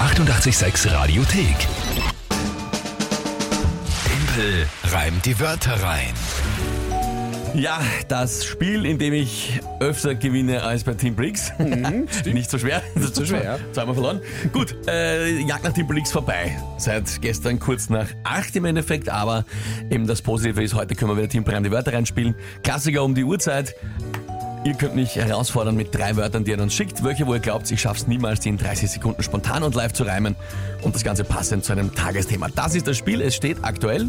886 Radiothek. Tempel reimt die Wörter rein. Ja, das Spiel, in dem ich öfter gewinne als bei Team Bricks. Mhm, Nicht so schwer. Das ist zu schwer. Zweimal verloren. Gut, äh, Jagd nach Team Bricks vorbei. Seit gestern kurz nach acht im Endeffekt, aber eben das Positive ist, heute können wir wieder Team Prime die Wörter reinspielen. Klassiker um die Uhrzeit. Ihr könnt mich herausfordern mit drei Wörtern, die ihr uns schickt, welche, wo ihr glaubt, ich schaff's niemals, die in 30 Sekunden spontan und live zu reimen und das Ganze passend zu einem Tagesthema. Das ist das Spiel, es steht aktuell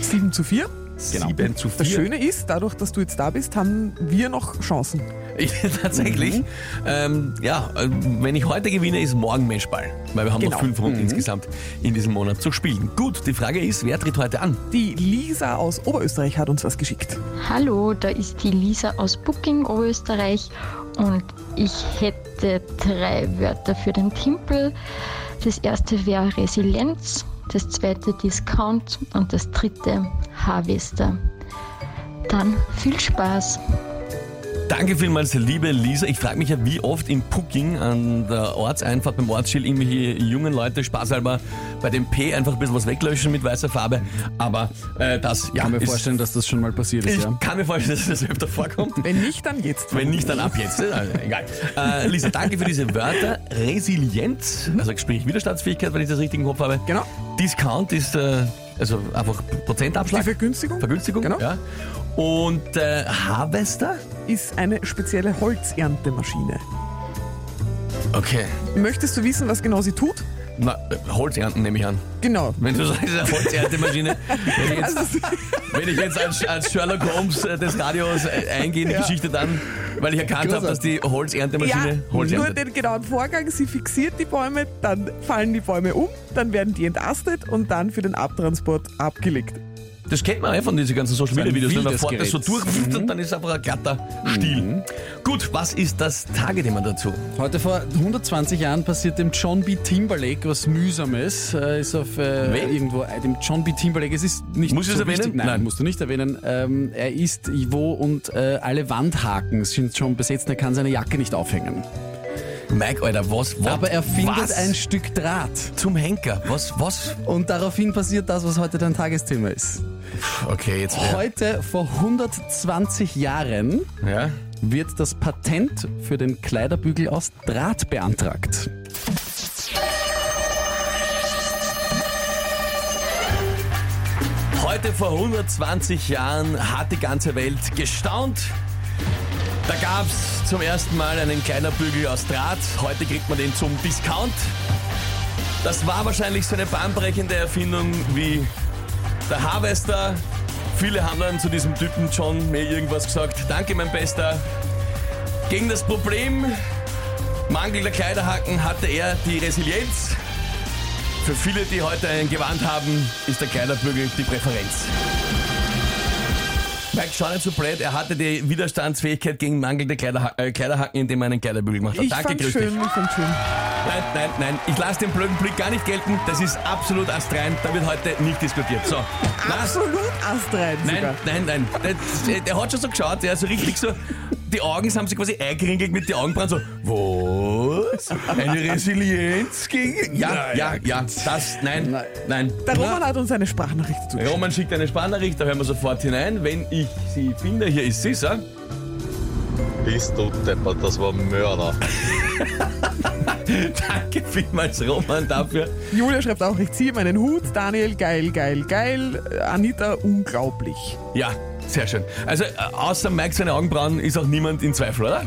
7 zu 4. 7 zu 4. Das Schöne ist, dadurch, dass du jetzt da bist, haben wir noch Chancen. Ich, Mhm. tatsächlich. Ähm, ja, äh, wenn ich heute gewinne, ist morgen Matchball. Weil wir haben noch Genau. fünf Mhm. Runden insgesamt in diesem Monat zu spielen. Gut, die Frage ist, wer tritt heute an? Die Lisa aus Oberösterreich hat uns was geschickt. Hallo, da ist die Lisa aus Booking, Oberösterreich und ich hätte drei Wörter für den Timpel. Das erste wäre Resilienz, das zweite Discount und das dritte Harvester. Dann viel Spaß! Danke vielmals, liebe Lisa. Ich frage mich ja, wie oft in Pucking an der Ortseinfahrt beim Ortsschild irgendwelche jungen Leute spaßhalber bei dem P einfach ein bisschen was weglöschen mit weißer Farbe. Aber äh, das, ja, Ich kann mir ist, vorstellen, dass das schon mal passiert ist, ich ja. kann mir vorstellen, dass das öfter vorkommt. Wenn nicht, dann jetzt. Wenn nicht, dann ab jetzt. Also, egal. Äh, Lisa, danke für diese Wörter. Resilienz, also sprich Widerstandsfähigkeit, wenn ich das richtig im Kopf habe. Genau. Discount ist äh, also einfach Die Prozentabschlag. Vergünstigung Vergünstigung. Genau. Ja. Und äh, Harvester? ist eine spezielle Holzerntemaschine. Okay. Möchtest du wissen, was genau sie tut? Na, äh, Holzernten nehme ich an. Genau. Wenn du sagst, eine Holzerntemaschine. wenn ich jetzt, Also, wenn ich jetzt als, als Sherlock Holmes äh, des Radios äh, eingehe in die Geschichte dann, weil ich erkannt habe, dass die ja, Holzerntemaschine Holz nur erntet. den genauen Vorgang. Sie fixiert die Bäume, dann fallen die Bäume um, dann werden die entastet und dann für den Abtransport abgelegt. Das kennt man ja von diesen ganzen Social Media ein Videos, wenn man wildes fort das so Gerät. Mhm. durchpfifft und dann ist einfach ein glatter Stiel. Gut, was ist das Tagethema dazu? Heute vor 120 Jahren passiert dem John B. Timberlake was Mühsames. Äh, ist auf Wen? äh, irgendwo äh, dem John B. Timberlake. Es ist nicht Muss ich so es erwähnen? Wichtig. Nein, Nein. musst du nicht erwähnen. Ähm, er ist wo und äh, alle Wandhaken sind schon besetzt. Er kann seine Jacke nicht aufhängen. Mike, Alter, was? What, Aber er findet was ein Stück Draht. zum Henker. Was, was? Und daraufhin passiert das, was heute dein Tagesthema ist. Okay, jetzt. Ja. Heute vor 120 Jahren ja. wird das Patent für den Kleiderbügel aus Draht beantragt. Heute vor 120 Jahren hat die ganze Welt gestaunt. Da gab's zum ersten Mal einen Kleiderbügel aus Draht. Heute kriegt man den zum Discount. Das war wahrscheinlich so eine bahnbrechende Erfindung wie der Harvester. Viele haben dann zu diesem Typen John mir irgendwas gesagt. Danke, mein Bester. Gegen das Problem mangelnder Kleiderhaken hatte er die Resilienz. Für viele, die heute ein Gewand haben, ist der Kleiderbügel die Präferenz. Mike, schau nicht so blöd, er hatte die Widerstandsfähigkeit gegen mangelnde Kleiderha äh, Kleiderhaken, indem er einen Kleiderbügel gemacht hat. Ich Danke, fand grüß dich. schön, ich fand schön. Nein, nein, nein, ich lasse den blöden Blick gar nicht gelten. Das ist absolut astrein, da wird heute nicht diskutiert. So. Na, Absolut astrein Nein, sogar. nein, nein. Der, der hat schon so geschaut, ja, so richtig so. Die Augen haben sich quasi eingeringelt mit den Augenbrauen, so, was? Eine Resilienz gegen. Ja, ja, ja, das, nein, Nein. nein. Der Roman hat uns eine Sprachnachricht zu. Roman schickt eine Spannericht, da hören wir sofort hinein. Wenn ich sie finde, hier ist sie, so. Bist du deppert, das war Mörder. Danke vielmals, Roman, dafür. Julia schreibt auch, ich ziehe meinen Hut. Daniel, geil, geil, geil. Äh, Anita, unglaublich. Ja, sehr schön. Also, äh, außer Mike seine Augenbrauen ist auch niemand in Zweifel, oder?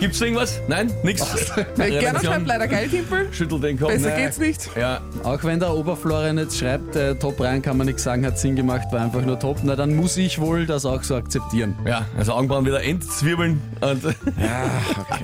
Gibt's da irgendwas? Nein? Nix? Äh, Gerner Redaktion schreibt leider geil, Timpel. Schüttelt den Kopf. Besser Nein. geht's nicht. Ja, Auch wenn der Oberflorian jetzt schreibt, äh, Top rein kann man nichts sagen, hat Sinn gemacht, war einfach nur top, na dann muss ich wohl das auch so akzeptieren. Ja, also Augenbrauen wieder entzwirbeln und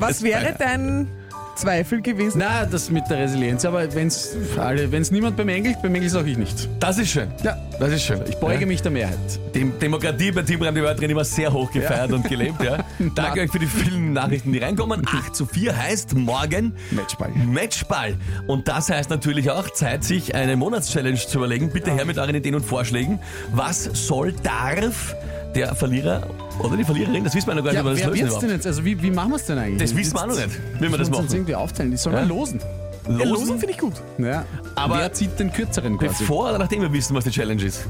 Was wäre dein Zweifel gewesen? Na, das mit der Resilienz, aber wenn es niemand bemängelt, bemängelt es auch ich nicht. das ist schön. Ja. Das ist schön. Ich beuge mich der Mehrheit. Dem Demokratie bei Team Reim die Wörter immer sehr hoch gefeiert und gelebt, ja. Danke euch für die vielen Nachrichten, die reinkommen. 8 zu 4 heißt morgen Matchball. Matchball. Und das heißt natürlich auch Zeit, sich eine Monatschallenge zu überlegen. Bitte her mit euren Ideen und Vorschlägen. Was soll, darf der Verlierer oder die Verliererin? Das wissen wir noch gar nicht, ob Ja, wir das wer lösen wird's überhaupt. denn jetzt? Also wie, wie machen wir es denn eigentlich? Das wissen wir auch noch nicht, wie wir das Müssen uns machen. irgendwie aufteilen, die sollen Ja. wir losen. Losen, Losen? finde ich gut. Ja. Aber- Wer zieht den kürzeren quasi? Bevor oder nachdem wir wissen, was die Challenge ist.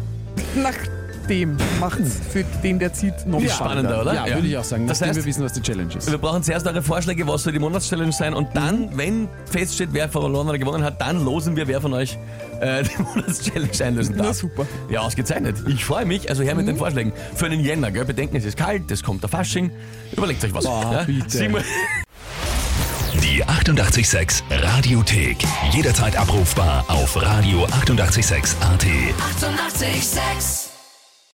Nachdem macht's für den, der zieht, noch Ist spannender. spannender, oder? Ja, würde ich auch sagen, Das nachdem heißt, wir wissen, was die Challenge ist. wir brauchen zuerst eure Vorschläge, was soll die Monatschallenge sein und dann, wenn feststeht, wer verloren oder gewonnen hat, dann losen wir, wer von euch äh, die Monatschallenge einlösen darf. Na super. Mhm. Ja, ausgezeichnet. Ich freue mich. Also her mit den Vorschlägen. Für den Jänner, gell? Bedenken, es ist kalt, es kommt der Fasching. Überlegt euch was. Ah, Boah, bitte. Simon- Die 886 Radiothek. Jederzeit abrufbar auf radio886.at. 886! 886